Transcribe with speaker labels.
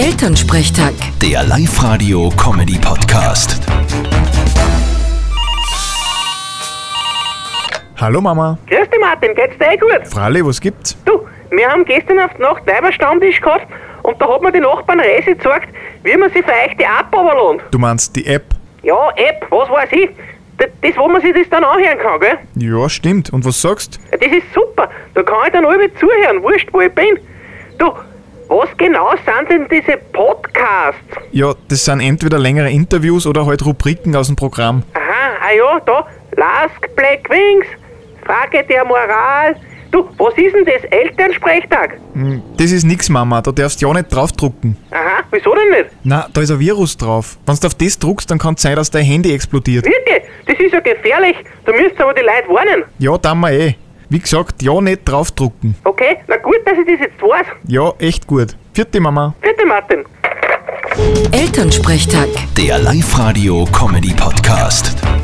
Speaker 1: Elternsprechtag.
Speaker 2: Der Live-Radio-Comedy-Podcast.
Speaker 3: Hallo Mama.
Speaker 4: Grüß dich Martin, geht's dir eh gut?
Speaker 3: Fralli, was gibt's?
Speaker 4: Du, wir haben gestern auf der Nacht Weiberstammtisch gehabt und da hat mir die Nachbarn Reise gezeigt, wie man sich für euch die App runterlädt.
Speaker 3: Du meinst die App?
Speaker 4: Ja, App, was weiß ich. Das, das, wo man sich das dann anhören kann, gell?
Speaker 3: Ja, stimmt. Und was sagst?
Speaker 4: Das ist super, da kann ich dann alle zuhören, wurscht wo ich bin. Du, was genau sind denn diese Podcasts?
Speaker 3: Ja, das sind entweder längere Interviews oder halt Rubriken aus dem Programm.
Speaker 4: Aha, ah ja, da, Lask Black Wings, Frage der Moral. Du, was ist denn das? Elternsprechtag?
Speaker 3: Hm, Das ist nix, Mama. Da darfst du ja nicht draufdrucken.
Speaker 4: Aha, wieso denn nicht?
Speaker 3: Na, da ist ein Virus drauf. Wenn du auf das druckst, dann kann es sein, dass dein Handy explodiert.
Speaker 4: Wirklich, das ist ja gefährlich, da müsst ihr aber die Leute warnen.
Speaker 3: Ja, dann mal eh. Wie gesagt, ja, nicht draufdrucken.
Speaker 4: Okay, na gut, dass ich das jetzt weiß.
Speaker 3: Ja, echt gut. Vierte Mama.
Speaker 4: Bitte Martin.
Speaker 1: Elternsprechtag.
Speaker 2: Der Live-Radio-Comedy-Podcast.